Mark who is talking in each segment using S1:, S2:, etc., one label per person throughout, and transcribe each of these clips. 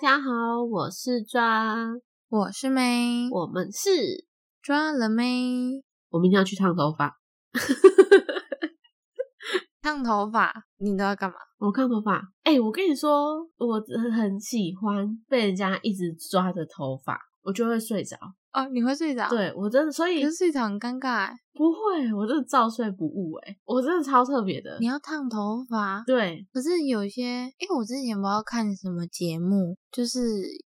S1: 家好，我是抓，
S2: 我是妹，
S1: 我们是，
S2: 抓了妹。
S1: 我明天要去烫头发。
S2: 烫头发，你都要干嘛？
S1: 我烫头发，哎、我跟你说，我很喜欢被人家一直抓着头发，我就会睡着。
S2: 哦，你会睡着？，
S1: 对我真的，所以
S2: 可是睡着很尴尬欸。
S1: 不会，我真的照睡不误。哎，我真的超特别的
S2: 你。要烫头发，
S1: 对，
S2: 可是有一些，因为我之前不知道看什么节目，就是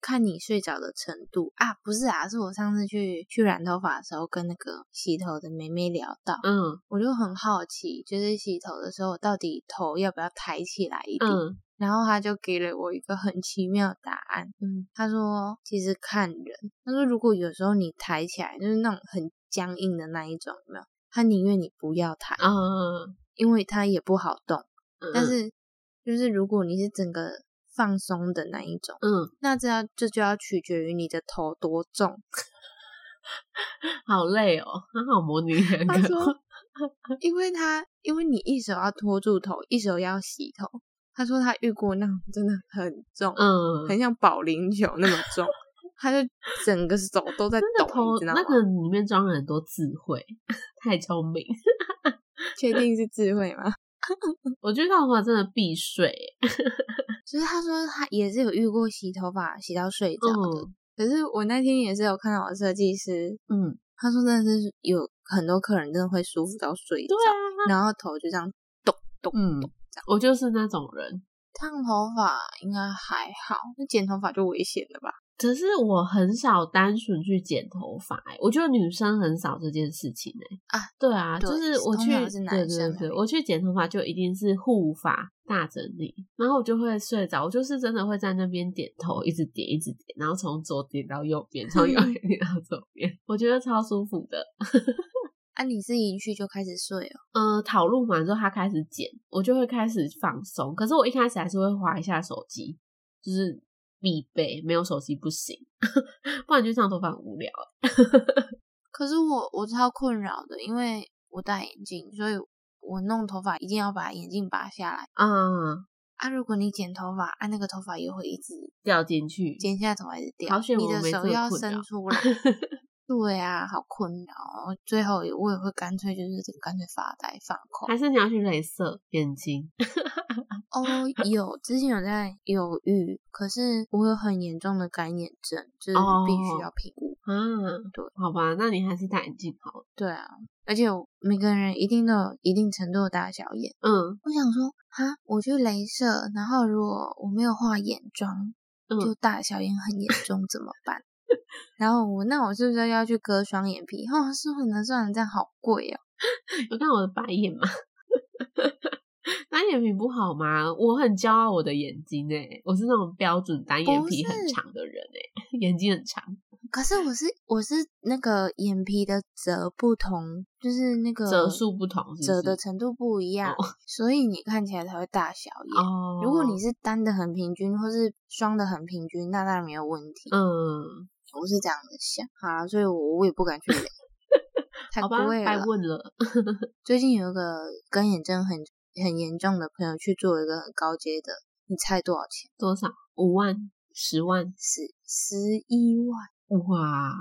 S2: 看你睡着的程度啊，不是啊，是我上次去去染头发的时候跟那个洗头的妹妹聊到，
S1: 嗯
S2: 我就很好奇，就是洗头的时候我到底头要不要抬起来一点？
S1: 嗯，
S2: 然后他就给了我一个很奇妙的答案。嗯，他说其实看人，他说如果有时候你抬起来就是那种很僵硬的那一种，有没有？他宁愿你不要抬，
S1: 嗯，
S2: 因为他也不好动。
S1: 嗯
S2: 但，是就是如果你是整个放松的那一种，
S1: 嗯，
S2: 那这要这就要取决于你的头多重。
S1: 好累哦，很好模拟人格
S2: 他。说，因为他因为你一手要托住头，一手要洗头。他说他遇过那种真的很重，
S1: 嗯，
S2: 很像保龄球那么重，他就整个手都在
S1: 那
S2: 抖，
S1: 个头
S2: 你知道
S1: 那
S2: 吗？
S1: 个里面装了很多智慧， 太聪明。
S2: 确定是智慧吗？
S1: 我觉得烫头发真的必睡。
S2: 就是他说他也是有遇过洗头发洗到睡着的，
S1: 嗯
S2: 可是我那天也是有看到我设计师，
S1: 嗯，
S2: 他说真的是有很多客人真的会舒服到睡着
S1: 对，啊，
S2: 然后头就这样咚咚
S1: 嗯
S2: 咚。
S1: 我就是那种人。
S2: 烫头发应该还好，那剪头发就危险了吧？
S1: 可是我很少单纯去剪头发、欸，我觉得女生很少这件事情哎、
S2: 啊，
S1: 对啊，就
S2: 对
S1: 是我去
S2: 通常是男
S1: 对对
S2: 生啊
S1: 对，
S2: 而已
S1: 我去剪头发就一定是护发大整理，然后我就会睡着，我就是真的会在那边点头，一直点一直点，然后从左点到右边，从 右边点到左边，我觉得超舒服的。
S2: 啊，你是一去就开始睡哦？
S1: 嗯，讨论完之后他开始剪，我就会开始放松。可是我一开始还是会划一下手机，就是必备，没有手机不行， 不然就烫头发很无聊。
S2: 可是我我超困扰的，因为我戴眼镜，所以我弄头发一定要把眼镜拔下来
S1: 啊，
S2: 啊。如果你剪头发，啊那个头发也会一直
S1: 掉进去。
S2: 剪下头还是掉，
S1: 嗯好险
S2: 你
S1: 我
S2: 的
S1: 没
S2: 手
S1: 这个
S2: 要
S1: 困扰
S2: 伸出来。 对啊，好困扰哦。最后也我也会干脆就是干脆发呆放空。
S1: 还是你要去镭射眼睛？
S2: 哦，有之前有在犹豫，可是我有很严重的干眼症，就是必须要评估。
S1: 啊，
S2: 对，
S1: 好吧，那你还是戴眼镜好了。
S2: 对啊，而且我每个人一定都有一定程度的大小眼。
S1: 嗯
S2: 我想说，哈，我去镭射，然后如果我没有画眼妆，就
S1: 嗯，
S2: 大小眼很严重怎么办？然后我那我是不是要去割双眼皮？哦，是不是能算了，这样好贵哦。
S1: 有看我的白眼吗？ 单眼皮不好吗？我很骄傲我的眼睛诶、我是那种标准单眼皮
S2: 不是
S1: 很长的人诶、 眼睛很长，
S2: 可是我是我是那个眼皮的折不同，就是那个
S1: 折数不同是不是
S2: 折的程度不一样，所以你看起来才会大小眼。
S1: 哦。
S2: 如果你是单的很平均，或是双的很平均，那当然没有问题。
S1: 嗯，
S2: 我是这样子想啊，所以我我也不 敢去垒太
S1: 好吧，
S2: 贵
S1: 白
S2: 了。
S1: 问了。
S2: 最近有一个干眼症很很严重的朋友去做一个很高阶的，你猜多少钱？
S1: 多少？五万、十万？
S2: 十十一万，
S1: 哇，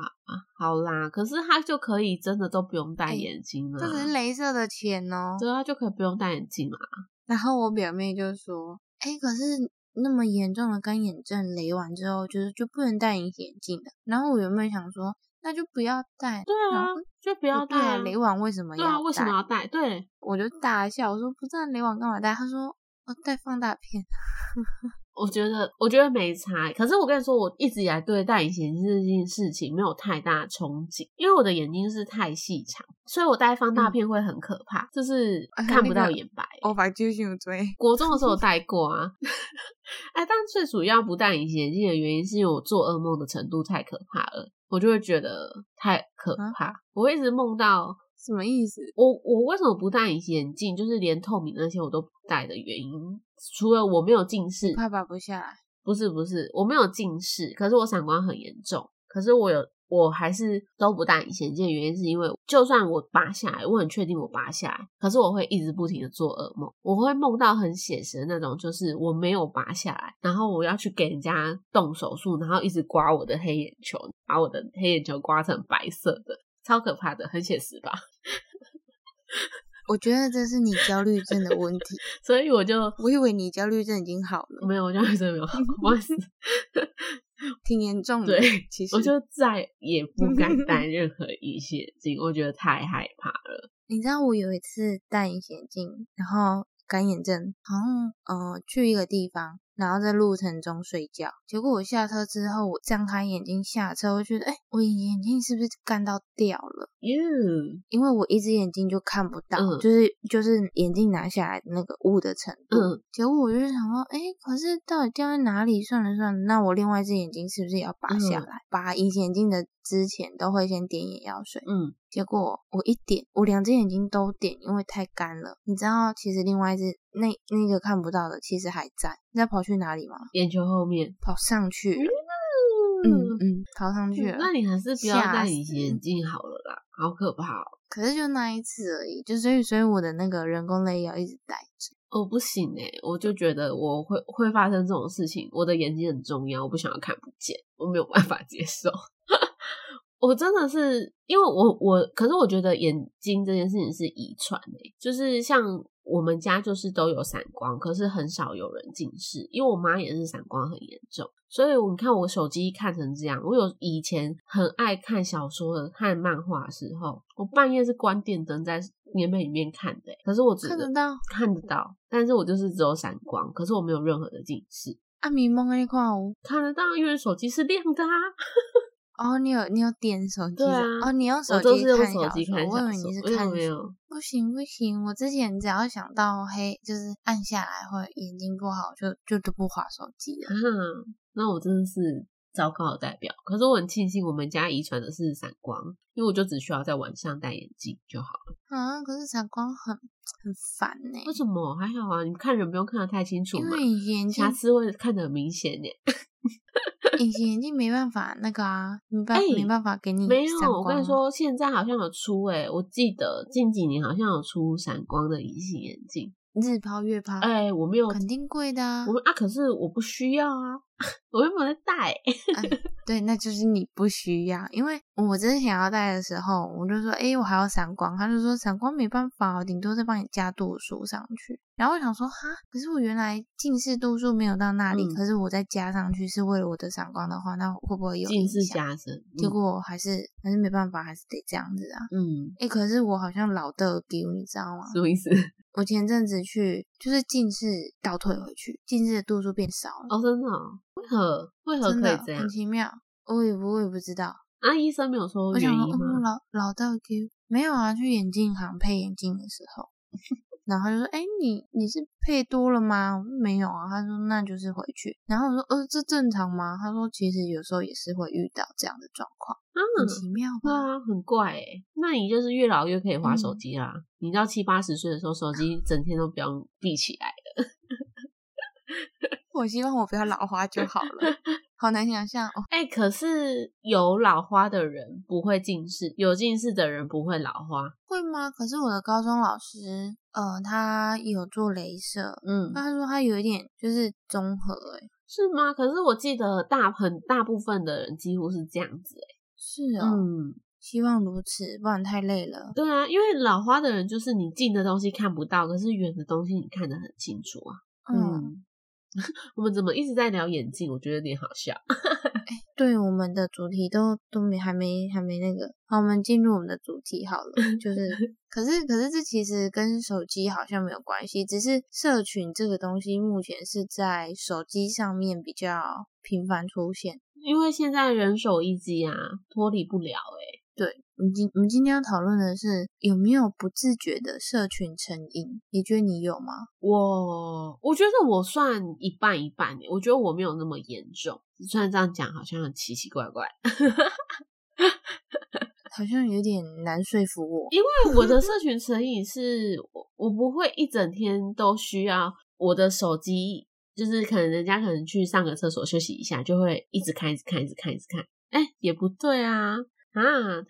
S1: 好啦，可是他就可以真的都不用戴
S2: 哎
S1: 眼镜了、
S2: 这只是镭射的钱哦。
S1: 对啊，就可以不用戴眼镜啦。
S2: 然后我表妹就说：“哎、可是那么严重的干眼症，雷完之后就是就不能戴隐形眼镜的。”然后我原本想说，那就不要戴。
S1: 对
S2: 然
S1: 啊
S2: 后，
S1: 就不
S2: 不
S1: 要戴、啊。
S2: 雷完为什么
S1: 对
S2: 要
S1: 啊，为什么
S2: 戴
S1: 要戴？对，
S2: 我就大笑，我说不知道雷网干嘛戴，他说哦戴放大片，
S1: 我觉得我觉得没差。欸可是我跟你说，我一直以来对戴隐形眼镜这件事情没有太大的憧憬，因为我的眼睛是太细长，所以我戴放大片会很可怕，就是
S2: 哎
S1: 看不
S2: 嗯那个
S1: 到眼白、
S2: 我把揪心追。
S1: 国中的时候有戴过啊，哎，但最主要不戴隐形眼镜的原因是因为我做噩梦的程度太可怕了，我就会觉得太可怕，我会一直梦到
S2: 什么意思？
S1: 我我为什么不戴隐形眼镜，就是连透明那些我都不戴的原因，除了我没有近
S2: 啊
S1: 视，
S2: 怕拔不下来，
S1: 不是不是，我没有近视，可是我散光很严重，可是我有我还是都不戴隐形眼镜，原因是因为就算我拔下来，我很确定我拔下来，可是我会一直不停的做噩梦，我会梦到很写实的那种，就是我没有拔下来，然后我要去给人家动手术，然后一直刮我的黑眼球，把我的黑眼球刮成白色的，超可怕的，很写实吧？
S2: 我觉得这是你焦虑症的问题。
S1: 所以我就
S2: 我以为你焦虑症已经好 了，
S1: 没有，我就还是没有， 不好意思。
S2: 挺严重的。
S1: 对，
S2: 其实
S1: 我就再也不敢戴任何隐形眼镜，我觉得太害怕了。
S2: 你知道我有一次戴隐形眼镜，然后干眼症，好像呃去一个地方，然后在路程中睡觉，结果我下车之后，我张开眼睛下车，我觉得哎、我隐形眼镜是不是干到掉了？
S1: 耶、
S2: 因为我一只眼睛就看不到，
S1: 嗯
S2: 就是就是眼镜拿下来的那个雾的程度。
S1: 嗯，
S2: 结果我就想说，哎、可是到底掉在哪里？算了算了，那我另外一只眼睛是不是也要拔下
S1: 嗯
S2: 来？拔隐形眼镜的之前都会先点眼药水。
S1: 嗯，
S2: 结果我一点，我两只眼睛都点，因为太干了。你知道，其实另外一只那那个看不到的其实还在。你知道跑去哪里吗？
S1: 眼球后面，
S2: 跑上去了，嗯嗯，跑上去了。
S1: 那你还是不要
S2: 吓
S1: 戴
S2: 死
S1: 隐形眼镜好了啦，好可怕哦！
S2: 可是就那一次而已，就所以所以我的那个人工泪要一直戴着。
S1: 我不行哎、我就觉得我会会发生这种事情，我的眼睛很重要，我不想要看不见，我没有办法接受。 我真的是因为我我，可是我觉得眼睛这件事情是遗传诶，就是像我们家就是都有散光，可是很少有人近视，因为我妈也是散光很严重，所以我你看我手机看成这样，我有以前很爱看小说的、看漫画的时候，我半夜是关电灯在棉被里面看的欸，可是我只
S2: 看得到
S1: 看得到，但是我就是只有闪光，可是我没有任何的近视，
S2: 啊，迷蒙那块哦，
S1: 看得到，因为手机是亮的啊。
S2: 哦，你有你有点手机
S1: 对啊
S2: 的哦，你用手
S1: 我都
S2: 机
S1: 是用
S2: 看
S1: 手
S2: 小
S1: 机
S2: 说
S1: 看小
S2: 我
S1: 说，
S2: 以为你是看
S1: 没有没
S2: 书
S1: 有，
S2: 不行不行，我之前只要想到黑，就是按下来会眼睛不好，就就都不划手机了。
S1: 啊，那我真的是糟糕的代表。可是我很庆幸我们家遗传的是散光，因为我就只需要在晚上戴眼镜就好了。
S2: 啊，可是散光很很烦呢、
S1: 为什么？还好啊，你看人不用看得太清楚
S2: 因
S1: 嘛，
S2: 为隐形眼镜
S1: 瑕，疵会看得很明显耶。
S2: 隐形眼镜没办法那个啊，没办、
S1: 哎
S2: 没办法给你
S1: 没
S2: 散
S1: 有，我
S2: 光
S1: 跟
S2: 啊
S1: 你，说，现在好像有出诶、我记得近几年好像有出闪光的隐形眼镜。
S2: 日抛月抛，
S1: 哎、我没有
S2: 肯定贵的啊
S1: 我。说啊，可是我不需要啊， 我又没有在戴、
S2: 对，那就是你不需要，因为我真想要戴的时候，我就说，诶，我还要散光，他就说散光没办法，我哦顶多再帮你加度数上去。然后我想说，哈，可是我原来近视度数没有到那里，
S1: 嗯
S2: 可是我再加上去是为了我的散光的话，那会不会有
S1: 近
S2: 影
S1: 视
S2: 响？
S1: 加嗯深，
S2: 结果还是还是没办法，还是得这样子啊。
S1: 嗯，
S2: 诶，可是我好像老的丢，你知道吗？
S1: 什么意思？
S2: 我前阵子去就是近视倒退回去，近视的度数变少了，
S1: 哦，真的、哦？为何为何
S2: 真
S1: 可
S2: 的哦
S1: 以这样
S2: 很？奇妙。我也不我也不知道，
S1: 啊，医生没有说
S2: 我
S1: 原
S2: 想
S1: 因
S2: 说，嗯，
S1: 吗？
S2: 老老到 Q 没有啊，去眼镜行配眼镜的时候， 然后就说，哎、你你是配多了吗？我说没有啊，他说那就是回去。然后我说，呃，这正常吗？他说其实有时候也是会遇到这样的状况，
S1: 啊，
S2: 嗯很奇妙
S1: 对
S2: 吧？
S1: 啊，很怪哎、那你就是越老越可以划手
S2: 嗯
S1: 机啦、你到七八十岁的时候，手机整天都不用闭起来了。
S2: 我希望我不要老花就好了， 好难想象哦。
S1: 哎、可是有老花的人不会近视，有近视的人不会老花。
S2: 会吗？可是我的高中老师，呃，他有做镭射，
S1: 嗯，
S2: 他说他有一点就是综合、欸，
S1: 是吗？可是我记得大很大部分的人几乎是这样子哎、
S2: 是哦，
S1: 嗯。
S2: 希望如此，不然太累了。
S1: 对啊，因为老花的人就是你近的东西看不到，可是远的东西你看得很清楚啊。
S2: 嗯，
S1: 我们怎么一直在聊眼镜？我觉得有点好笑。
S2: 对我们的主题都都没还没还没那个，好，我们进入我们的主题好了，就是，可是可是这其实跟手机好像没有关系，只是社群这个东西目前是在手机上面比较频繁出现。
S1: 因为现在人手一机啊，脱离不了哎、
S2: 对，我们今我们今天要讨论的是有没有不自觉的社群成瘾？你觉得你有吗？
S1: 我我觉得我算一半一半、欸，我觉得我没有那么严重。虽然这样讲好像很奇奇怪怪，
S2: 好像有点难说服我。
S1: 因为 我的社群成瘾是，我我不会一整天都需要我的手机，就是可能人家可能去上个厕所休息一下，就会一直看，一直看，一直看，一直看。哎、也不对啊啊！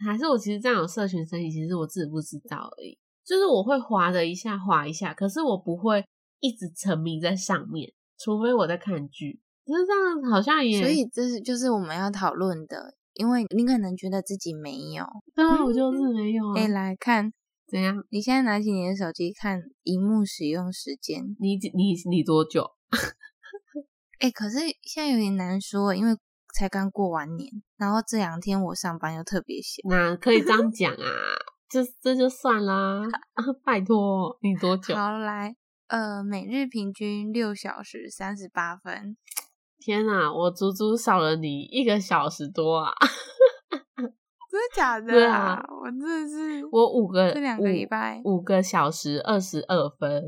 S1: 还是我其实这样有社群身体，其实我自己不知道而已。就是我会滑的一下滑一下，可是我不会一直沉迷在上面，除非我在看剧。可是这样好像也
S2: 所以这是就是我们要讨论的，因为你可能觉得自己没有。
S1: 对
S2: 嗯
S1: 啊，我就是没有啊
S2: 哎、。来看，
S1: 怎样？
S2: 你现在拿起你的手机看荧幕使用时间。
S1: 你你你多久？
S2: 哎、可是现在有点难说，因为才刚过完年，然后这两天我上班又特别闲。
S1: 哪可以这样讲啊？这这就算啦，啊拜托你多久？
S2: 好来，呃，每日平均六小时三十八分。
S1: 天啊，我足足少了你一个小时多啊！
S2: 真的假的
S1: 对啊
S2: 我真的是
S1: 我五个
S2: 这两个礼拜
S1: 五五个小时二十二分，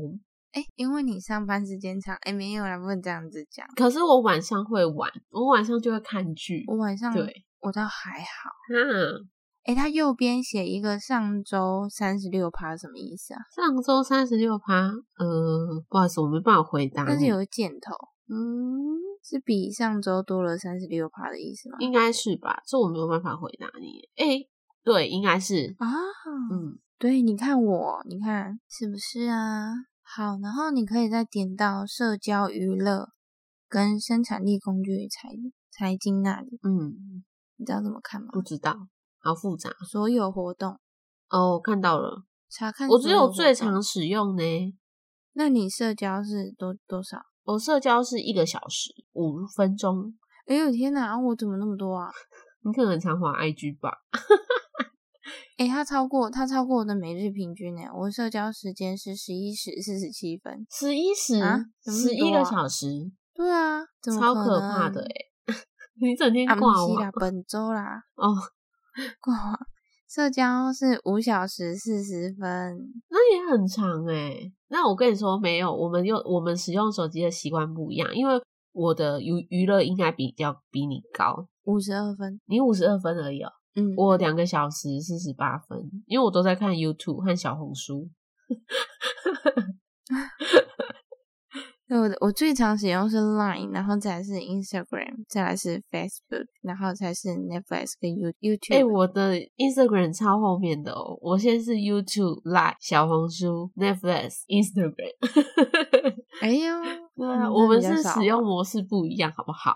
S2: 哎、因为你上班时间长，哎、没有啦，不能这样子讲。
S1: 可是我晚上会玩，我晚上就会看剧。
S2: 我晚上
S1: 对，
S2: 我倒还好。
S1: 啊，
S2: 哎、他右边写一个上周三十六趴，什么意思啊？
S1: 上周三十六趴，呃，不好意思，我没办法回答你。
S2: 但是有个箭头，嗯，是比上周多了三十六趴的意思吗？
S1: 应该是吧？这我没有办法回答你。哎、对，应该是，
S2: 啊，
S1: 嗯，
S2: 对，你看我，你看是不是啊？好，然后你可以再点到社交娱乐跟生产力工具与财财经那里，
S1: 嗯，
S2: 你知道怎么看吗？
S1: 不知道，好复杂
S2: 所有活动
S1: 哦。看到了，
S2: 查看，
S1: 我只有最长。使用呢。
S2: 那你社交是多多少？
S1: 我社交是一个小时五分钟，
S2: 哎呦天哪，我怎么那么多啊？
S1: 你可能常滑 IG 吧？
S2: 哎，它超过它超过我的每日平均呢。我社交时间是十一时四十七分。
S1: 十一时
S2: 啊怎么
S1: 十
S2: 那
S1: 一
S2: 么多
S1: 个
S2: 啊
S1: 小时，
S2: 对啊，怎么
S1: 超
S2: 可
S1: 可怕
S2: 能
S1: 的哎、 你整天
S2: 啊，不
S1: 挂
S2: 是
S1: 网
S2: 啦，本周啦，
S1: 哦，
S2: 过往社交是五小时四十分，
S1: 那也很长哎、那我跟你说，没有，我们用我们使用手机的习惯不一样，因为我的娱娱乐应该比较比你高，
S2: 五十二分。
S1: 你五十二分而已哦、
S2: 嗯，
S1: 我两个小时四十八分，因为我都在看 YouTube 和小红书。
S2: 对我的我最常使用是 Line，然后再是 Instagram，再来是 Facebook，然后才是 Netflix 跟 You
S1: 哎、
S2: YouTube。
S1: 我的 Instagram 超后面的哦，我先是 YouTube、Line、小红书、Netflix、Instagram。
S2: 哎呦，
S1: 对啊，
S2: 嗯
S1: 我们
S2: 真的
S1: 是
S2: 比较少
S1: 使用模式不一样，好不好？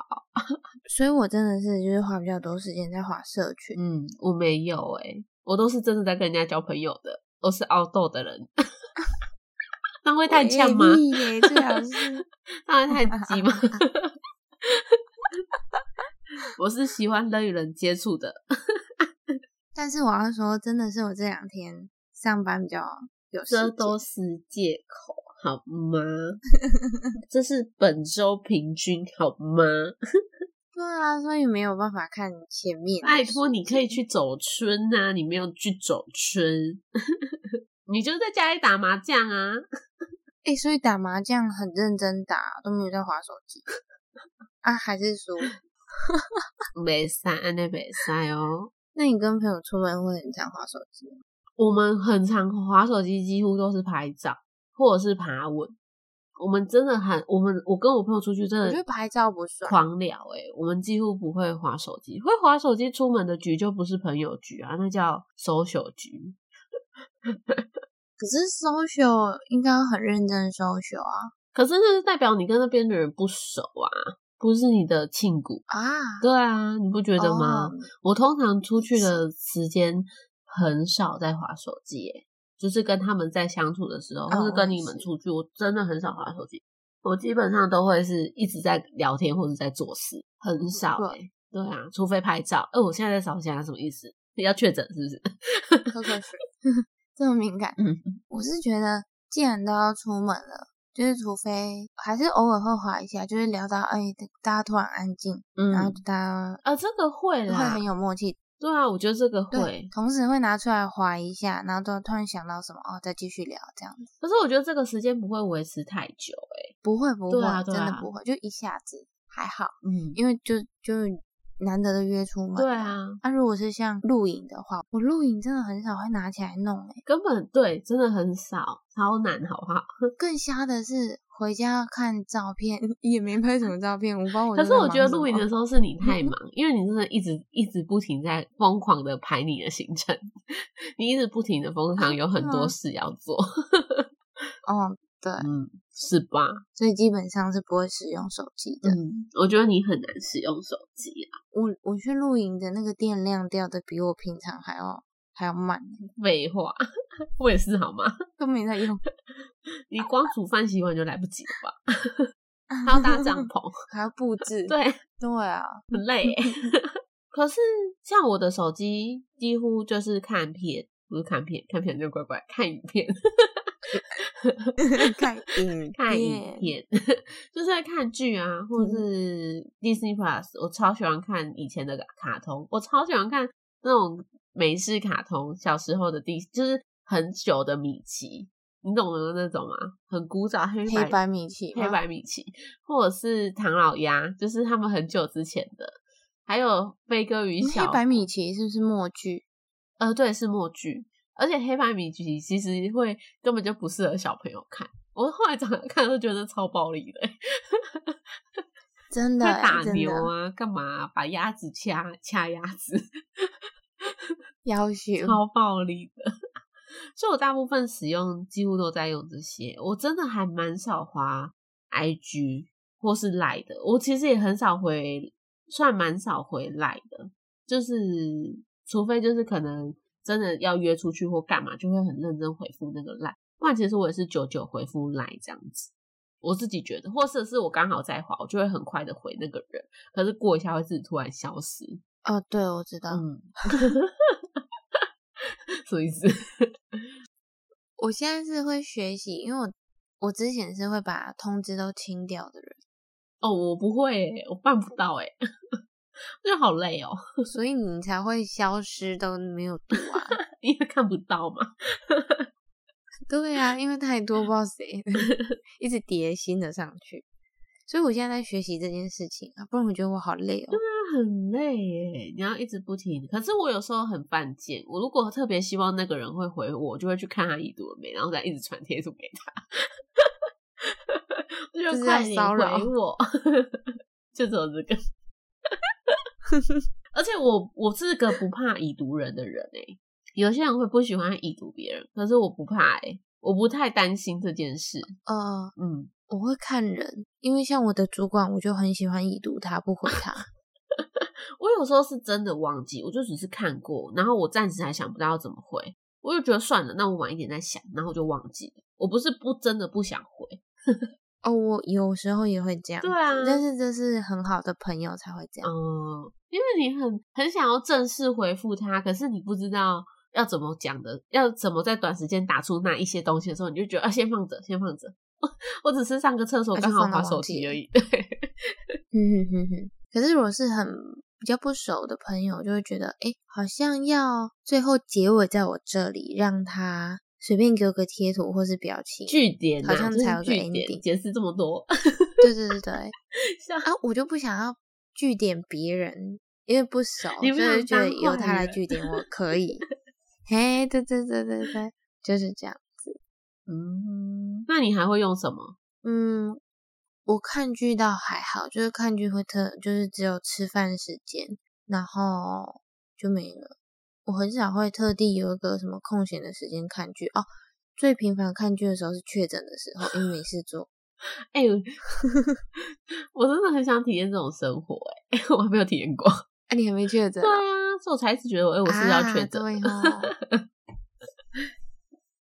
S2: 所以我真的是就是花比较多时间在划社群。
S1: 嗯，我没有哎、我都是真的在跟人家交朋友的，我是凹豆的人， 那会太呛吗
S2: 喂？屁耶，最好哎啊是
S1: 那会太急吗？ 我是喜欢人与人接触的，
S2: 但是我要说，真的是我这两天上班比较有时
S1: 这
S2: 间。
S1: 都是借口好 吗？这是本周平均好吗？
S2: 对啊，所以没有办法看前面的
S1: 拜
S2: 时
S1: 托，你可以去走春呐、你没有去走春， 你就在家里打麻将啊。
S2: 哎、所以打麻将很认真打，都没有在划手机啊，还是输？
S1: 没赛，安内没赛哦。
S2: 那你跟朋友出门会很常划手机吗？
S1: 我们很常滑手机，几乎都是拍照或者是爬文。我们真的很，我们我跟我朋友出去真
S2: 我觉
S1: 的
S2: 得拍照不算，
S1: 狂聊诶、我们几乎不会滑手机，会滑手机出门的局就不是朋友局啊，那叫 social 局。
S2: 可是 social 应该要很认真 social 啊
S1: 可是那是代表你跟那边的人不熟啊，不是你的亲骨。
S2: 啊，
S1: 对啊，你不觉得吗？
S2: 哦
S1: 我通常出去的时间很少在划手机、耶，就是跟他们在相处的时候，
S2: 哦
S1: 或是跟
S2: 我也
S1: 你们
S2: 是
S1: 出去，我真的很少划手机。我基本上都会是一直在聊天或者在做事，很少、
S2: 嗯对
S1: 耶。对啊，除非拍照。哎、我现在在烧香，什么意思？要确诊是不 是？
S2: 喝口水， 这么敏感。
S1: 嗯，
S2: 我是觉得，既然都要出门了，就是除非还是偶尔会划一下，就是聊到哎、大家突然安静，然后
S1: 嗯，
S2: 大家
S1: 啊，这个会
S2: 会
S1: 啦
S2: 很，有默契
S1: 对啊，我觉得这个会
S2: 对，。同时会拿出来划一下，然后突突然想到什么哦，再继续聊这样子，
S1: 可是我觉得这个时间不会维持太久、耶。
S2: 不会不会，
S1: 对啊对
S2: 真的
S1: 啊
S2: 不会，就一下子还好，
S1: 嗯，
S2: 因为就就难得的约出门，
S1: 对。啊，
S2: 那、如果是像露营的话，我露营真的很少会拿起来弄诶、欸
S1: 根本对，真的很少，超难，好不好？
S2: 更瞎的是回家看照片， 也没拍什么照片，我不知道我。
S1: 可是我觉得露营的时候是你太忙，因为你真的一直一直不停在疯狂的排你的行程，你一直不停的疯狂，有很多事要做。
S2: 哦，对，
S1: 嗯，是吧？
S2: 所以基本上是不会使用手机的。
S1: 嗯，我觉得你很难使用手机啊，
S2: 我我去露营的那个电量掉的比我平常还要还要慢，欸
S1: 废话，我也是好吗？
S2: 都没在用，
S1: 你光煮饭洗碗就来不及了吧？ 还要搭帐篷，
S2: 还要布置，
S1: 对，
S2: 对啊，
S1: 很累欸。可是像我的手机，几乎就是看片，不是看片，看片就乖乖看影片。
S2: 看影
S1: 看影
S2: 片，
S1: 片， 就是会看剧啊，
S2: 嗯
S1: 或是 Disney Plus，我超喜欢看以前的卡通，我超喜欢看那种美式卡通，小时候的第就是很久的米奇，你懂得那种吗？很古早黑白
S2: 黑白米奇吗，
S1: 黑白米奇，或者是唐老鸭，就是他们很久之前的，还有飞哥与小
S2: 嗯黑白米奇是不是默剧？
S1: 呃，对，是默剧，而且黑白米奇其实会根本就不适合小朋友看。我后来长大看都觉得超暴力的、
S2: 真
S1: 会
S2: 的欸，
S1: 打
S2: 真的
S1: 牛啊，干嘛啊、把鸭子掐掐鸭子，
S2: 要求
S1: 超暴力的。 所以我大部分使用几乎都在用这些，我真的还蛮少滑 IG 或是赖的，我其实也很少回，算蛮少回赖的，就是除非就是可能真的要约出去或干嘛，就会很认真回复那个赖，不然其实我也是久久回复赖这样子。我自己觉得，或者是我刚好在滑，我就会很快的回那个人，可是过一下会自己突然消失，
S2: 哦，对，我知道。
S1: 嗯， 什么意思？
S2: 我现在是会学习，因为我我之前是会把通知都清掉的人，
S1: 哦，我不会耶、我办不到哎、 我就好累哦、
S2: 所以你才会消失都没有读 啊。
S1: 因为看不到嘛。
S2: 对啊，因为太多不知 道谁一直叠新的上去，所以我现在在学习这件事情啊，不然我觉得我好累哦。
S1: 那很累耶、你要一直不停。可是我有时候很犯贱，我如果特别希望那个人会回我，我就会去看他已读了没，然后再一直传贴图给他， 我
S2: 就
S1: 就是快
S2: 要
S1: 点
S2: 骚扰
S1: 回我， 就只有这个。 而且我我是个不怕已读人的人哎、有些人会不喜欢已读别人，可是我不怕哎、我不太担心这件事。
S2: 呃，
S1: 嗯，
S2: 我会看人，因为像我的主管，我就很喜欢已读他不回他。
S1: 我有时候是真的忘记，我就只是看过，然后我暂时还想不到要怎么回，我就觉得算了，那我晚一点再想，然后我就忘记了。我不是不真的不想回，
S2: 哦，我有时候也会这样，
S1: 对啊
S2: 但是这是很好的朋友才会这样。
S1: 嗯，因为你很很想要正式回复他，可是你不知道要怎么讲的，要怎么在短时间打出那一些东西的时候，你就觉得啊，先放着，先放着。 我只是上个厕所，
S2: 那就
S1: 刚好
S2: 放到
S1: 划
S2: 忘
S1: 手
S2: 记
S1: 机
S2: 了
S1: 而已。 对，
S2: 嗯哼哼哼。可是如果是很比较不熟的朋友，就会觉得，哎、好像要最后结尾在我这里，让他随便给我个贴图或是表情。
S1: 据点、啊、
S2: 好像
S1: 就是
S2: 才有个
S1: 据点，
S2: ending
S1: 解释这么多，
S2: 对对对对，
S1: 像
S2: 啊，我就不想要据点别人，因为不熟，所
S1: 你
S2: 以
S1: 不想
S2: 就觉得
S1: 当
S2: 由
S1: 坏
S2: 他来
S1: 人
S2: 据点我 可以。嘿，对对对对对，就是这样。
S1: 嗯，那你还会用什么？
S2: 嗯，我看剧倒还好，就是看剧会特，就是只有吃饭时间，然后就没了。我很少会特地有一个什么空闲的时间看剧哦。最频繁看剧的时候是确诊的时候，因为没事 做。
S1: 哎、呦，我真的很想体验这种生活、哎、 我还没有体验过。
S2: 哎、你还没确诊
S1: 对
S2: 啊？
S1: 啊，所以我才一直觉得，哎、我是不是要确诊？
S2: 啊、对哦。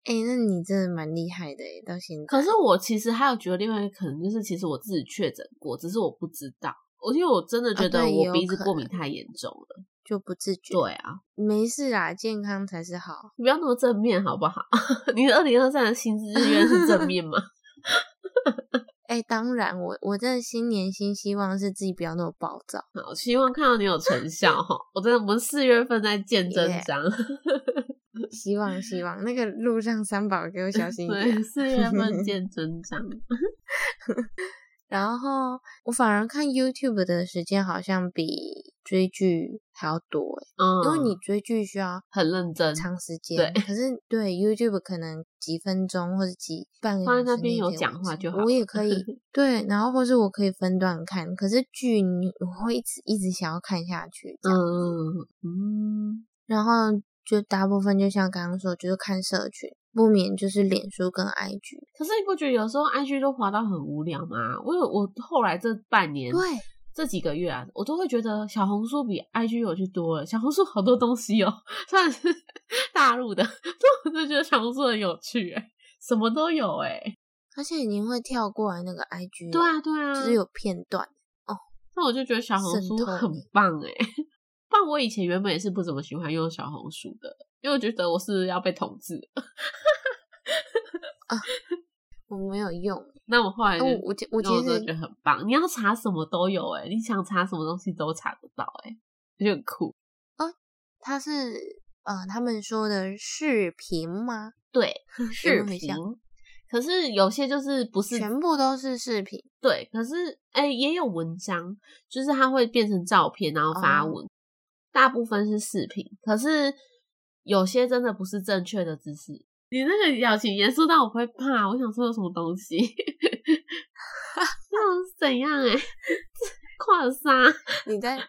S2: 哎、那你真的蛮厉害的耶到现在。
S1: 可是我其实还有觉得另外一个可能就是，其实我自己确诊过，只是我不知道。我因为我真的觉得
S2: 哦对也
S1: 我
S2: 有
S1: 鼻子
S2: 可
S1: 过敏
S2: 能
S1: 太严重了。
S2: 就不自觉。
S1: 对啊，
S2: 没事啦，健康才是好。
S1: 你不要那么正面好不好？ 你二零二三的薪资志愿是正面 吗？
S2: 哎、当然我，我真的新年新希望是自己不要那么暴躁。
S1: 好，希望看到你有成效哈！我真的，我们四月份再见真章。
S2: 希望希望那个路上三宝给我小心一点
S1: 对，。四月份见真 章。
S2: 然后我反而看 YouTube 的时间好像比追剧还要多欸、
S1: 嗯，
S2: 因为你追剧需要
S1: 很认真，
S2: 长时间，
S1: 对
S2: 可是对 YouTube 可能几分钟或者几半个
S1: 放在
S2: 小时
S1: 那边
S2: 你也
S1: 有
S2: 可以
S1: 讲
S2: 完
S1: 话
S2: 成
S1: 就好
S2: 我也
S1: 了
S2: 可以对，然后或是我可以分段看，可是剧你我会一直一直想要看下去，这样
S1: 嗯
S2: 嗯，然后就大部分就像刚刚说，就是看社群，不免就是脸书跟 IG，
S1: 可是你不觉得有时候 IG 都滑到很无聊吗？我有我后来这半年，
S2: 对，
S1: 这几个月啊，我都会觉得小红书比 IG 有趣多了。小红书好多东西哦，虽然是 大陆的，但我就觉得小红书很有趣、欸，什么都有哎、
S2: 而且你会跳过来那个 IG，
S1: 对啊，对啊，
S2: 就是有片段，
S1: 那我就觉得小红书
S2: 渗透
S1: 很
S2: 你
S1: 棒哎、 但我以前原本也是不怎么喜欢用小红书的，因为我觉得我是要被统治。
S2: 我没有用，
S1: 那我后来
S2: 啊
S1: 就，
S2: 我我其我其
S1: 那真的觉
S2: 实
S1: 得很棒。你要查什么都有哎、你想查什么东西都查得到哎、就很酷。
S2: 它是呃他们说的视 频吗？
S1: 对，
S2: 有
S1: 视
S2: 没有很
S1: 频
S2: 像。
S1: 可是有些就是不是
S2: 全部都是视频，
S1: 对，可是哎、诶也有文章，就是它会变成照片，然后发
S2: 哦
S1: 文。大部分是视频，可是有些真的不是正确的知识。你那个表情严肃到我会怕，我想说有什么东西， 那种是怎样哎、欸？ 跨杀
S2: 你在你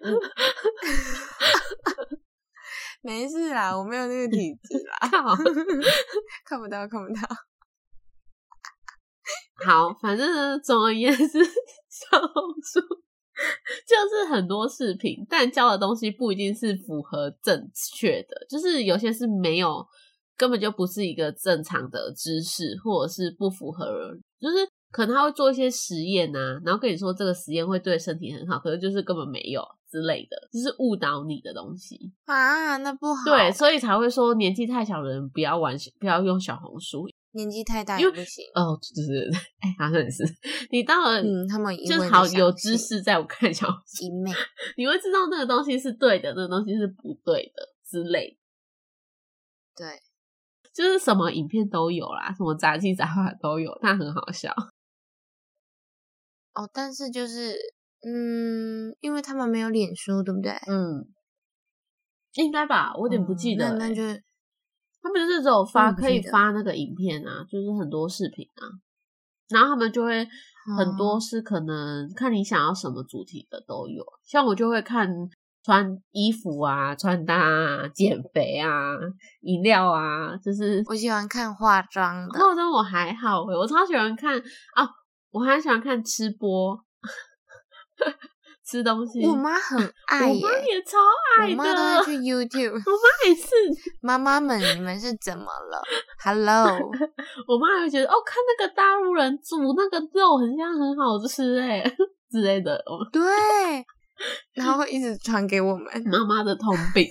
S2: 没事啦，我没有那个体 质啦，
S1: 靠！
S2: 看不到看不到。
S1: 好，反正呢，总而言之，小红书就是很多视频，但教的东西不一定是符合正确的，就是有些是没有，根本就不是一个正常的知识，或者是不符合，就是可能他会做一些实验啊，然后跟你说这个实验会对身体很好，可是就是根本没有之类的，就是误导你的东西。
S2: 啊，那不好。
S1: 对，，所以才会说年纪太小的人不要玩，不要用小红书。
S2: 年纪太大
S1: 因
S2: 也
S1: 为
S2: 不行。
S1: 哦，就是， 哎、好像也是，你到了
S2: 嗯，他们一
S1: 就是
S2: 味地
S1: 好
S2: 相
S1: 有知
S2: 信
S1: 识在我看小说，
S2: 一昧。
S1: 你会知道那个东西是对的，那个东西是不对的之类
S2: 对，
S1: 的，就是什么影片都有啦，什么杂七杂八都有，但很好笑。
S2: 哦，但是就是，嗯，因为他们没有脸书，对不对？
S1: 嗯，应该吧，我有
S2: 有
S1: 点不记得、
S2: 哦
S1: 嗯
S2: 那
S1: 欸
S2: 那就
S1: 他们就是只有发
S2: 我不
S1: 可以
S2: 记得
S1: 发那个影片啊，就是很多视频啊，然后他们就会很多
S2: 哦
S1: 是可能看你想要什么主题的都有，像我就会看穿衣服啊、穿搭啊、减肥啊、饮料啊，就是
S2: 嗯我喜欢看化妆的。
S1: 化妆我还好欸我超喜欢看啊，我还喜欢看吃播，吃东西。
S2: 我妈很爱
S1: 我
S2: 耶、
S1: 妈也超爱
S2: 我
S1: 的，
S2: 妈都会去 YouTube。
S1: 我妈也是，
S2: 妈妈们，你们是怎么了 ？Hello，
S1: 我妈还会觉得哦，看那个大陆人煮那个肉，很像很好吃哎 之类的，我
S2: 对，然后会一直传给我们。
S1: 妈妈的通病，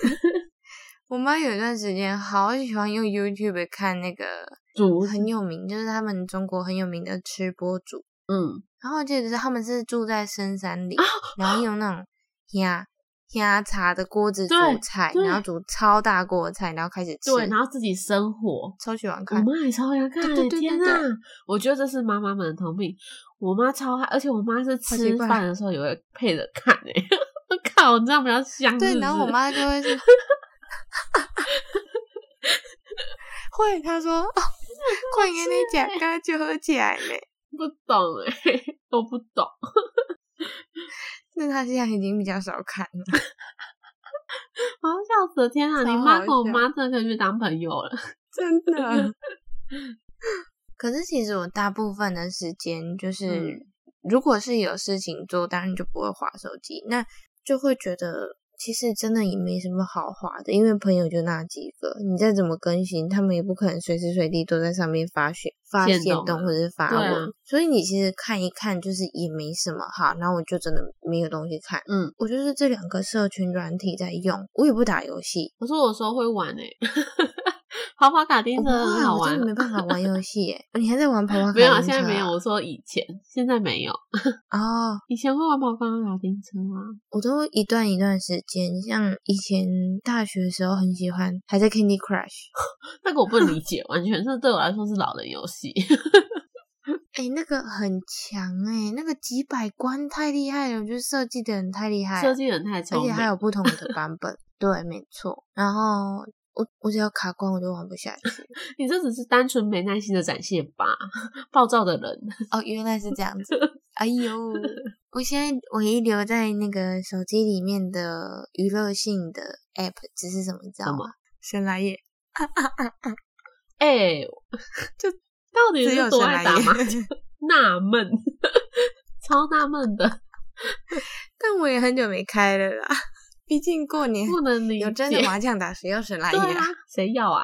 S2: 我妈有一段时间好喜欢用 YouTube 看那个
S1: 煮
S2: 很有名，就是他们中国很有名的吃播主。
S1: 嗯，
S2: 然后我记得是他们是住在深山
S1: 哦
S2: 里，然后用那种压压茶的锅子煮
S1: 对
S2: 菜，
S1: 对
S2: 然后煮超大锅的菜，然后开始吃。
S1: 对，然后自己生火，
S2: 超喜欢
S1: 我
S2: 看。
S1: 妈也超爱看欸，
S2: 对对对
S1: 天
S2: 对
S1: 呐，
S2: 对
S1: 我觉得这是妈妈们的通病。我妈超爱，而且我妈是
S2: 好
S1: 吃
S2: 奇怪
S1: 饭的时候也会配着看诶、欸。 我靠，我这样比较香是
S2: 对，
S1: 不
S2: 然后我
S1: 是
S2: 妈就会 说，会，她说， 哦、快跟你讲，
S1: 欸
S2: 刚才就喝起来嘞。
S1: 不懂诶、欸， 我不懂。
S2: 那她现在已经比较少看了。
S1: 我要笑死了！天啊，
S2: 超
S1: 你妈
S2: 好
S1: 跟我
S2: 笑
S1: 妈真的可以去当朋友了。
S2: 真的。 可是其实我大部分的时间就是，
S1: 嗯
S2: 如果是有事情做，当然就不会划手机，那就会觉得其实真的也没什么好划的，因为朋友就那几个，你再怎么更新，他们也不可能随时随地都在上面发现发
S1: 限
S2: 现
S1: 动
S2: 动
S1: 啊
S2: 或者是发
S1: 对
S2: 文，
S1: 啊
S2: 所以你其实看一看就是也没什么好，然后我就真的没有东西看。
S1: 嗯，
S2: 我就是这两个社群软体在用，我也不打游戏，
S1: 可是我有时候会玩诶、欸， 跑跑卡丁
S2: 我
S1: 车
S2: 不会
S1: 很
S2: 啊，
S1: 好
S2: 我
S1: 玩
S2: 真的。没办法玩游戏耶！你还在玩跑跑卡
S1: 没有啊，
S2: 丁
S1: 现在
S2: 车
S1: 没有。
S2: 啊
S1: 我说以前，现在没有。
S2: 哦，
S1: 以前会玩跑跑卡丁车吗？
S2: 我都一段一段时间，像以前大学的时候很喜欢，还在 Candy Crush。
S1: 那个我不理解，完全是对我来说是老人游戏。
S2: 哎、那个很强哎、那个几百关太厉害了，我觉得设计的人太厉害了，
S1: 设计人太
S2: 而
S1: 聪
S2: 且
S1: 明，
S2: 还有不 同的版本。对，没错。然后我我只要卡关，我就玩不下去。
S1: 你这只是单纯没耐心的展现吧？ 暴躁的人，
S2: 哦，原来是这样 子。哎呦，我现在唯一留在那个手机里面的娱乐性的 app 只是什么？你知道
S1: 什么
S2: 吗？神来也，
S1: 哎、 就到底
S2: 只
S1: 是
S2: 有
S1: 多
S2: 神
S1: 爱
S2: 来
S1: 打麻将？
S2: 也。
S1: 纳闷， 超纳闷的，
S2: 但我也很久没开了啦， 毕竟过年
S1: 不能理解。
S2: 有真的麻将打，谁要神来也
S1: 对啊？，谁要啊？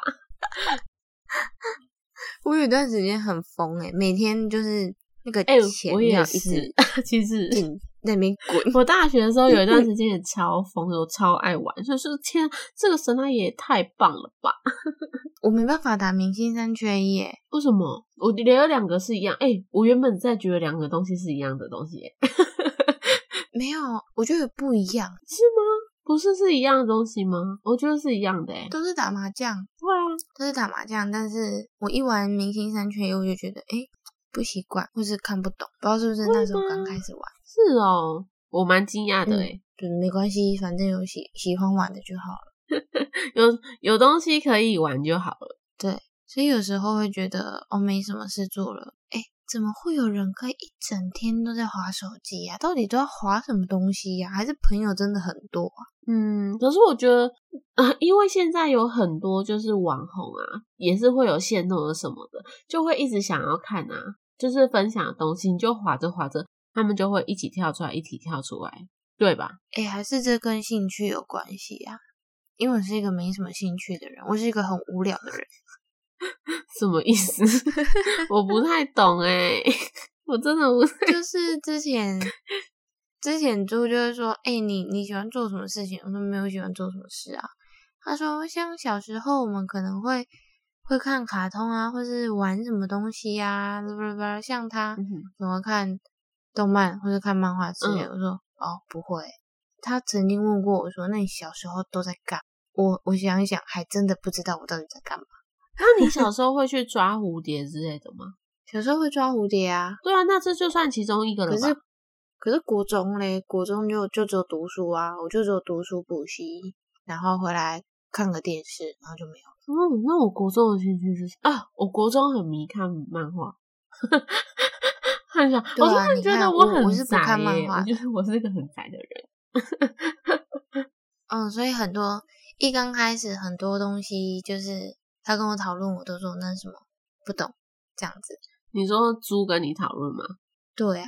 S2: 我有一段时间很疯哎、每天就是那个
S1: 哎、
S2: 钱
S1: 我也
S2: 要一
S1: 是
S2: 直，
S1: 其实。
S2: 进在那边 滚。
S1: 我大学的时候有一段时间也超疯的，我超爱玩，所以说天啊，这个神来也太棒了吧！
S2: 我没办法打明星三缺一、欸，
S1: 为什么我连有两个是一样？哎、我原本在觉得两个东西是一样的东西、欸，
S2: 没有，我觉得不一样，
S1: 是吗？不是是一样的东西吗？我觉得是一样的、欸，
S2: 都是打麻将，
S1: 对啊，
S2: 都是打麻将，但是我一玩明星三缺一，我就觉得哎、诶不习惯，或是看不懂，不知道是不是那时候刚
S1: 啊
S2: 开始玩，
S1: 是哦，我蛮惊讶的、欸，
S2: 嗯对，没关系，反正有喜喜欢玩的就好了。
S1: 有有东西可以玩就好了，
S2: 所以有时候会觉得哦，没什么事做了，哎、怎么会有人可以一整天都在划手机呀、到底都要划什么东西呀、还是朋友真的很多啊？
S1: 嗯，可是我觉得，呃，因为现在有很多就是网红啊，也是会有限动的什么的，就会一直想要看啊，就是分享的东西，你就划着划着，他们就会一起跳出来，一起跳出来，对吧？
S2: 哎、还是这跟兴趣有关系呀、因为我是一个没什么兴趣的人，我是一个很无聊的人。
S1: 什么意思？ 我不太懂哎、 我真的不太
S2: 就是之前之前猪就会说，哎、你你喜欢做什么事情？我说没有喜欢做什么事啊。他说像小时候我们可能会会看卡通啊，或是玩什么东西呀、不不不，像他怎么看动漫或者看漫画之类的。我说哦不会。他曾经问过我说，那你小时候都在干？我我想一想，还真的不知道我到底在干嘛。
S1: 那你小时候会去抓蝴蝶之类的吗？
S2: 小时候会抓蝴蝶啊，
S1: 对啊，那这就算其中一个了
S2: 可
S1: 吧
S2: 是？可是国中嘞，国中就就只有读书啊，我就只有读书补习，然后回来看个电视，然后就没有。
S1: 嗯，那我国中的兴趣是啊，我国中很迷看漫画，看一下，
S2: 对啊
S1: 我真的
S2: 你
S1: 觉
S2: 看
S1: 得
S2: 我
S1: 很
S2: 我是不
S1: 宅
S2: 看漫
S1: 耶
S2: 画
S1: 我觉得我是一个很宅的人。
S2: 嗯，所以很多一刚开始很多东西，就是他跟我讨论，我都说那是什么不懂这样子。
S1: 你说猪跟你讨论吗？
S2: 对啊，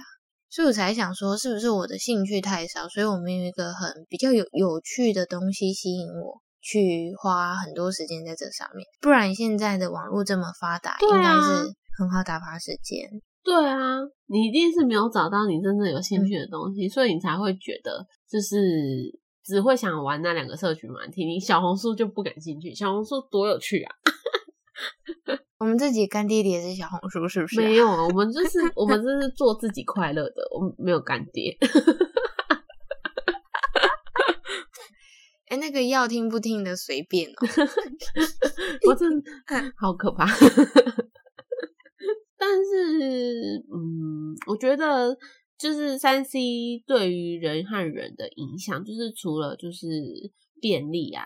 S2: 所以我才想说，是不是我的兴趣太少，所以我没有一个很比较有有趣的东西吸引我。去花很多时间在这上面，不然现在的网络这么发达，
S1: 对
S2: 应该
S1: 啊
S2: 是很好打发时间。
S1: 对啊，你一定是没有找到你真正有兴趣的东西，所以你才会觉得就是只会想玩那两个社群软体，你小红书就不感兴趣。小红书多有趣啊！
S2: 我们自己干爹爹也是小红书，是不是、
S1: 没有啊，我们就是 我们这是做自己快乐的，我们没有干爹。
S2: 哎、那个要听不听的随便哦。
S1: 我 真的好可怕。嗯但是，嗯，我觉得就是三 C 对于人和人的影响，就是除了就是便利啊，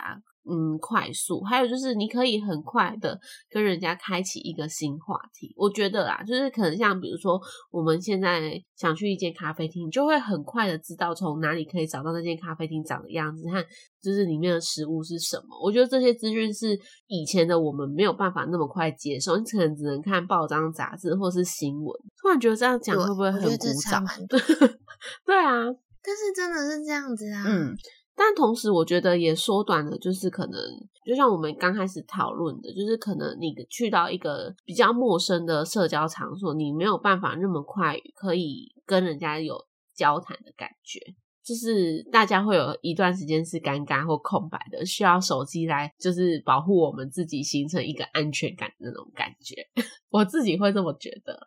S1: 嗯，快速，还有就是你可以很快的跟人家开启一个新话题。我觉得啦，就是可能像比如说我们现在想去一间咖啡厅，你就会很快的知道从哪里可以找到那间咖啡厅长的样子和就是里面的食物是什么。我觉得这些资讯是以前的我们没有办法那么快接受，你可能只能看报章杂志或是新闻。突然觉得这样讲
S2: 对
S1: 会不会很
S2: 我觉得
S1: 古
S2: 这差
S1: 早？
S2: 蛮多，
S1: 对啊，
S2: 但是真的是这样子啊。
S1: 嗯，但同时我觉得也缩短了，就是可能就像我们刚开始讨论的，就是可能你去到一个比较陌生的社交场所，你没有办法那么快可以跟人家有交谈的感觉。就是大家会有一段时间是尴尬或空白的，需要手机来就是保护我们自己，形成一个安全感的那种感觉。 我自己会这么觉得啦。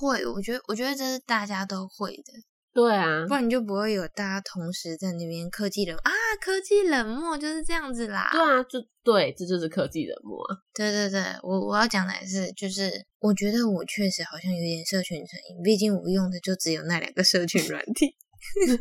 S2: 会，我觉得我觉得这是大家都会的。
S1: 对啊
S2: 不，然你就不会有大家同时在那边科技冷啊，科技冷漠就是这样子啦。
S1: 对啊，就对，这就是科技冷漠啊。
S2: 对对对，我我要讲的也是，就是我觉得我确实好像有点社群成瘾，毕竟我用的就只有那两个社群软体。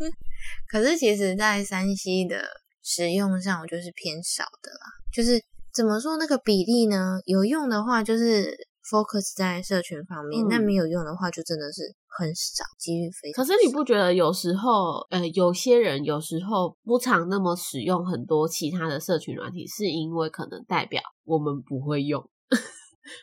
S2: 可是其实，在山西的使用上，我就是偏少的啦。就是怎么说那个比例呢？有用的话，就是 focus 在社群方面；
S1: 嗯
S2: 那没有用的话，就真的是很少，几率非常
S1: 可
S2: 少。
S1: 是你不觉得有时候，呃，有些人有时候不常那么使用很多其他的社群软体，是因为可能代表我们不会用。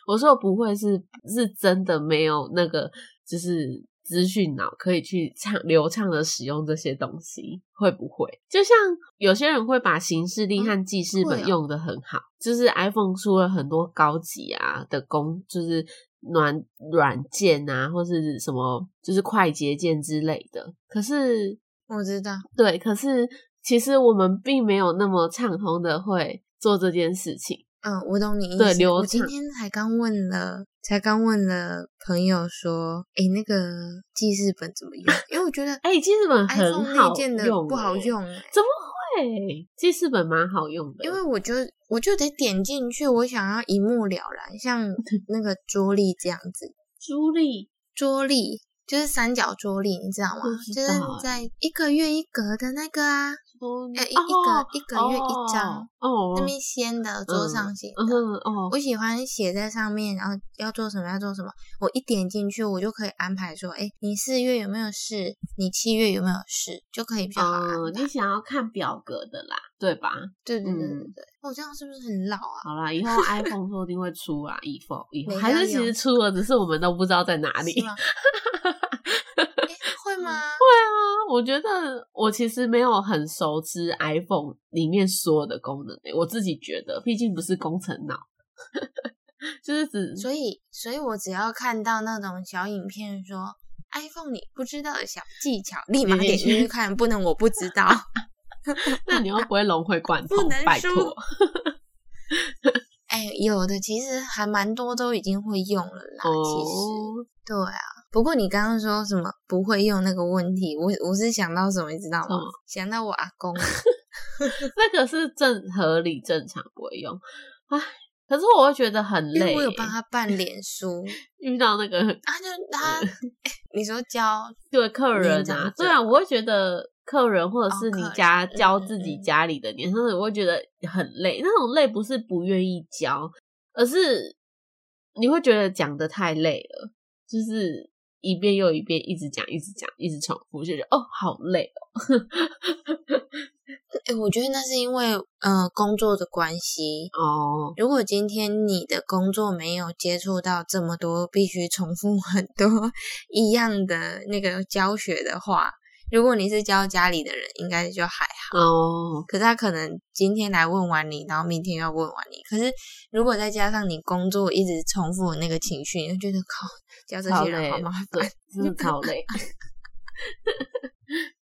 S1: 我说的不会是是真的没有那个，就是资讯脑可以去畅流畅的使用这些东西，会不会？就像有些人会把行事历和记事
S2: 嗯会
S1: 本
S2: 哦
S1: 用的很好，就是 iPhone 出了很多高级啊的工，就是软软件啊，或是什么就是快捷键之类的。可是
S2: 我知道，
S1: 对，可是其实我们并没有那么畅通的会做这件事情。
S2: 嗯，我懂你意思。
S1: 对流
S2: 我今
S1: 畅
S2: 天才刚问了，才刚问了朋友说，诶，那个记事本怎么用？因为我觉得
S1: 哎、记事本
S2: iPhone
S1: 很
S2: 内
S1: 好
S2: 建的
S1: 用、
S2: 不好
S1: 欸
S2: 用、欸，
S1: 怎么会？记事本蛮好用的，
S2: 因为我就我就得点进去，我想要一目了 然，像那个桌历这样子，
S1: 朱莉
S2: 桌历。就是三角桌历，你知道吗？
S1: 不知
S2: 就是
S1: 道欸
S2: 在一个月一格的那个啊，
S1: 朱莉
S2: 哎、一一个一个月一张，
S1: 哦哦，
S2: 那边掀的桌上型
S1: 嗯
S2: 的，
S1: 哼哦，
S2: 我喜欢写在上面，然后要做什么要做什么，我一点进去我就可以安排说，哎，你四月有没有事？你七月有没有事？就可以比较好
S1: 哦，
S2: 安排。
S1: 你想要看表格的啦，对吧？
S2: 对对对对
S1: 嗯
S2: 对，哦我、这样是不是很老啊？
S1: 好啦， 以后 iPhone 说不定会出啦，以后以后
S2: 没
S1: 还
S2: 要
S1: 是其实
S2: 用
S1: 出了，只是我们都不知道在哪里。
S2: 是吗？诶会
S1: 嗯
S2: 吗？
S1: 啊，我觉得我其实没有很熟知 iPhone 里面所有的功能、欸，我自己觉得，毕竟不是工程脑， 就是只
S2: 所以，所以我只要看到那种小影片说 iPhone 你不知道的小技巧，立马
S1: 点
S2: 点
S1: 进
S2: 进去
S1: 去
S2: 看，不能我不知 道，
S1: 那你又不会融会贯通
S2: 不能，
S1: 拜
S2: 输
S1: 托。
S2: 哎，有的其实还蛮多都已经会用了啦，其实。
S1: 哦，
S2: 对啊，不过你刚刚说什么不会用那个问题，我我是想到什么，你知道
S1: 什
S2: 吗
S1: 么？
S2: 想到我阿公，啊
S1: 那个是正合理正常不会用，唉，可是我会觉得很
S2: 因
S1: 累、
S2: 为我有帮
S1: 欸，
S2: 他办 脸书，
S1: 遇到那个
S2: 啊，就他，哎你说教，
S1: 对客人
S2: 年长
S1: 啊
S2: 者，
S1: 对啊，我会觉得客人或者
S2: 哦
S1: 是你
S2: 客人
S1: 家
S2: 嗯
S1: 教
S2: 嗯
S1: 自己
S2: 嗯
S1: 家里的年轻人，我会觉得很累。那种累不是不愿意教，而是你会觉得讲的太累了，就是一遍又一遍，一直讲，一直讲，一直重复，就觉得哦好累哦。
S2: 哎，我觉得那是因为呃工作的关系。
S1: 哦，
S2: 如果今天你的工作没有接触到这么多必须重复很多一样的那个教学的话，如果你是教家里的人，应该就还好。
S1: 哦，
S2: 可是他可能今天来问完你，然后明天又要问完你。可是如果再加上你工作一直重复的那个情绪，你就觉得靠教这
S1: 超
S2: 些人
S1: 累哦
S2: 好麻
S1: 对
S2: 烦。，
S1: 真的超累。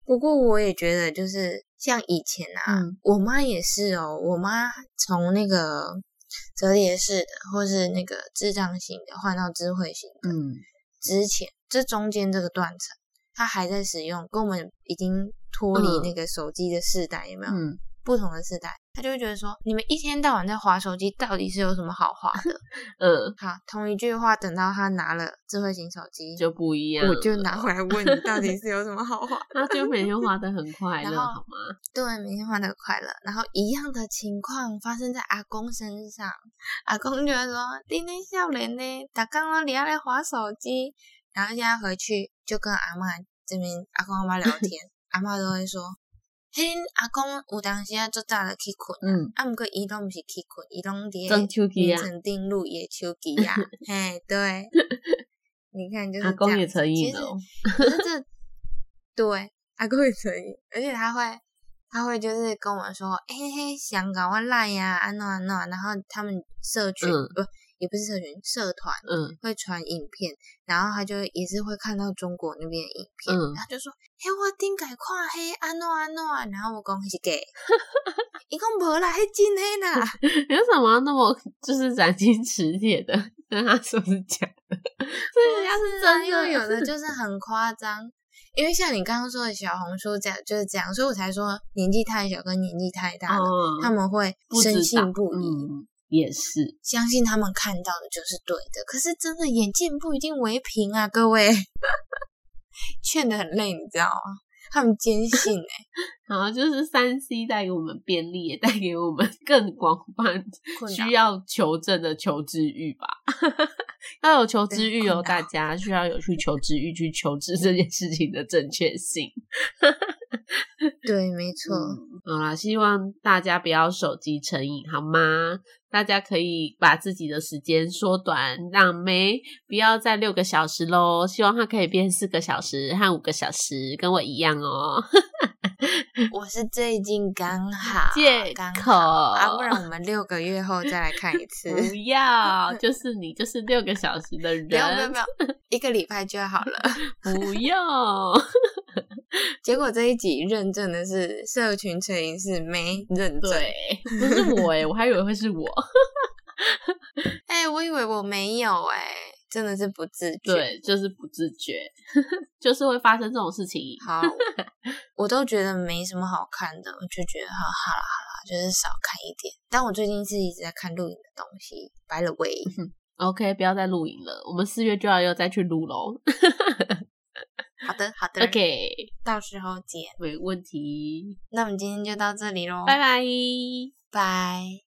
S2: 不过我也觉得，就是像以前啊，
S1: 嗯
S2: 我妈也是哦，我妈从那个折叠式的或是那个智障型的换到智慧型的，
S1: 嗯，
S2: 之前这中间这个断层，她还在使用，跟我们已经脱离
S1: 嗯
S2: 那个手机的世代，有没有？
S1: 嗯，
S2: 不同的世代，他就会觉得说，你们一天到晚在划手机，到底是有什么好 划的？
S1: 嗯，
S2: 好，同一句话，等到他拿了智慧型手机，
S1: 就不一样。
S2: 我就拿回来问你，到底是有什么好划？
S1: 他就每天花的很快乐，
S2: 然后
S1: 好吗？
S2: 对，每天划的快乐。然后一样的情况发生在阿公身上，阿公就会说，今天笑脸呢，打刚刚你要来划手机，然后现在回去就跟阿嬷这边阿公阿妈聊天， 阿嬷都会说，嘿，阿公有当时啊，做早就去困。
S1: 嗯，
S2: 啊，毋过伊拢毋是去困，伊拢伫
S1: 装手机啊
S2: 陈定路也手机 啊，嘿，对，你看就是
S1: 阿
S2: 这
S1: 公
S2: 样
S1: 也
S2: 子
S1: 成
S2: 其
S1: 瘾
S2: 实
S1: 了哦。
S2: 可是这对阿公也成瘾，而且他会他会就是跟我说，哎、欸、嘿，香港我烂呀，安诺安诺，然后他们社群、
S1: 嗯
S2: 不也不是社群社团
S1: 嗯，
S2: 会传影片，然后他就也是会看到中国那边的影片，
S1: 嗯
S2: 他就说：“嘿，我顶改看嘿安诺安诺啊。”然后我讲是假，伊讲无啦，迄真黑啦。
S1: 你为什么要那么就是斩钉截铁的跟他说是假的？所以人家
S2: 不
S1: 是
S2: 啊
S1: 真
S2: 因为
S1: 的
S2: 有的就是很夸张。因为像你刚刚说的小红书这样就是这样，所以我才说年纪太小跟年纪太大了，
S1: 嗯，
S2: 啊他们会
S1: 不知
S2: 深
S1: 道
S2: 信不疑，
S1: 嗯，也是，
S2: 相信他们看到的就是对的。可是真的眼见不一定为凭啊，各位，劝的很累，你知道吗？他们坚信哎、
S1: 然后就是三 C 带给我们便利，也带给我们更广泛
S2: 困扰
S1: 需要求证的求知欲吧， 要有求知欲哦，
S2: 对困
S1: 大
S2: 扰
S1: 家需要有去求知欲去求知这件事情的正确性。
S2: 对，没错，
S1: 嗯，好啦，希望大家不要手机成瘾，好吗？大家可以把自己的时间缩短，让妹不要再六个小时喽。希望它可以变四个小时和五个小时，跟我一样哦。
S2: 我是最近刚好
S1: 嗯借
S2: 刚
S1: 口
S2: 好啊，不然我们六个月后再来看 一次。
S1: 不要，就是你，就是六个小时的
S2: 不要不要
S1: 人
S2: 不，要，一个礼拜就好了。
S1: 不要。
S2: 结果这一集认证的是社群成瘾是没认证。
S1: 对，不是我欸诶、我还以为会是 我。
S2: 哎、我以为我没有哎、真的是不自觉。，
S1: 对，就是不自觉， 就是会发生这种事情。
S2: 好，我都觉得没什么好看的，我就觉得好好啦好啦，就是少看一点。但我最近是一直在看录影的东西，by the way，
S1: OK，不要再露营了，我们四月就要又再去录 喽。
S2: 好的好的
S1: OK，
S2: 到时候见。
S1: 没问题，
S2: 那我们今天就到这里喽，
S1: 拜拜。
S2: 拜。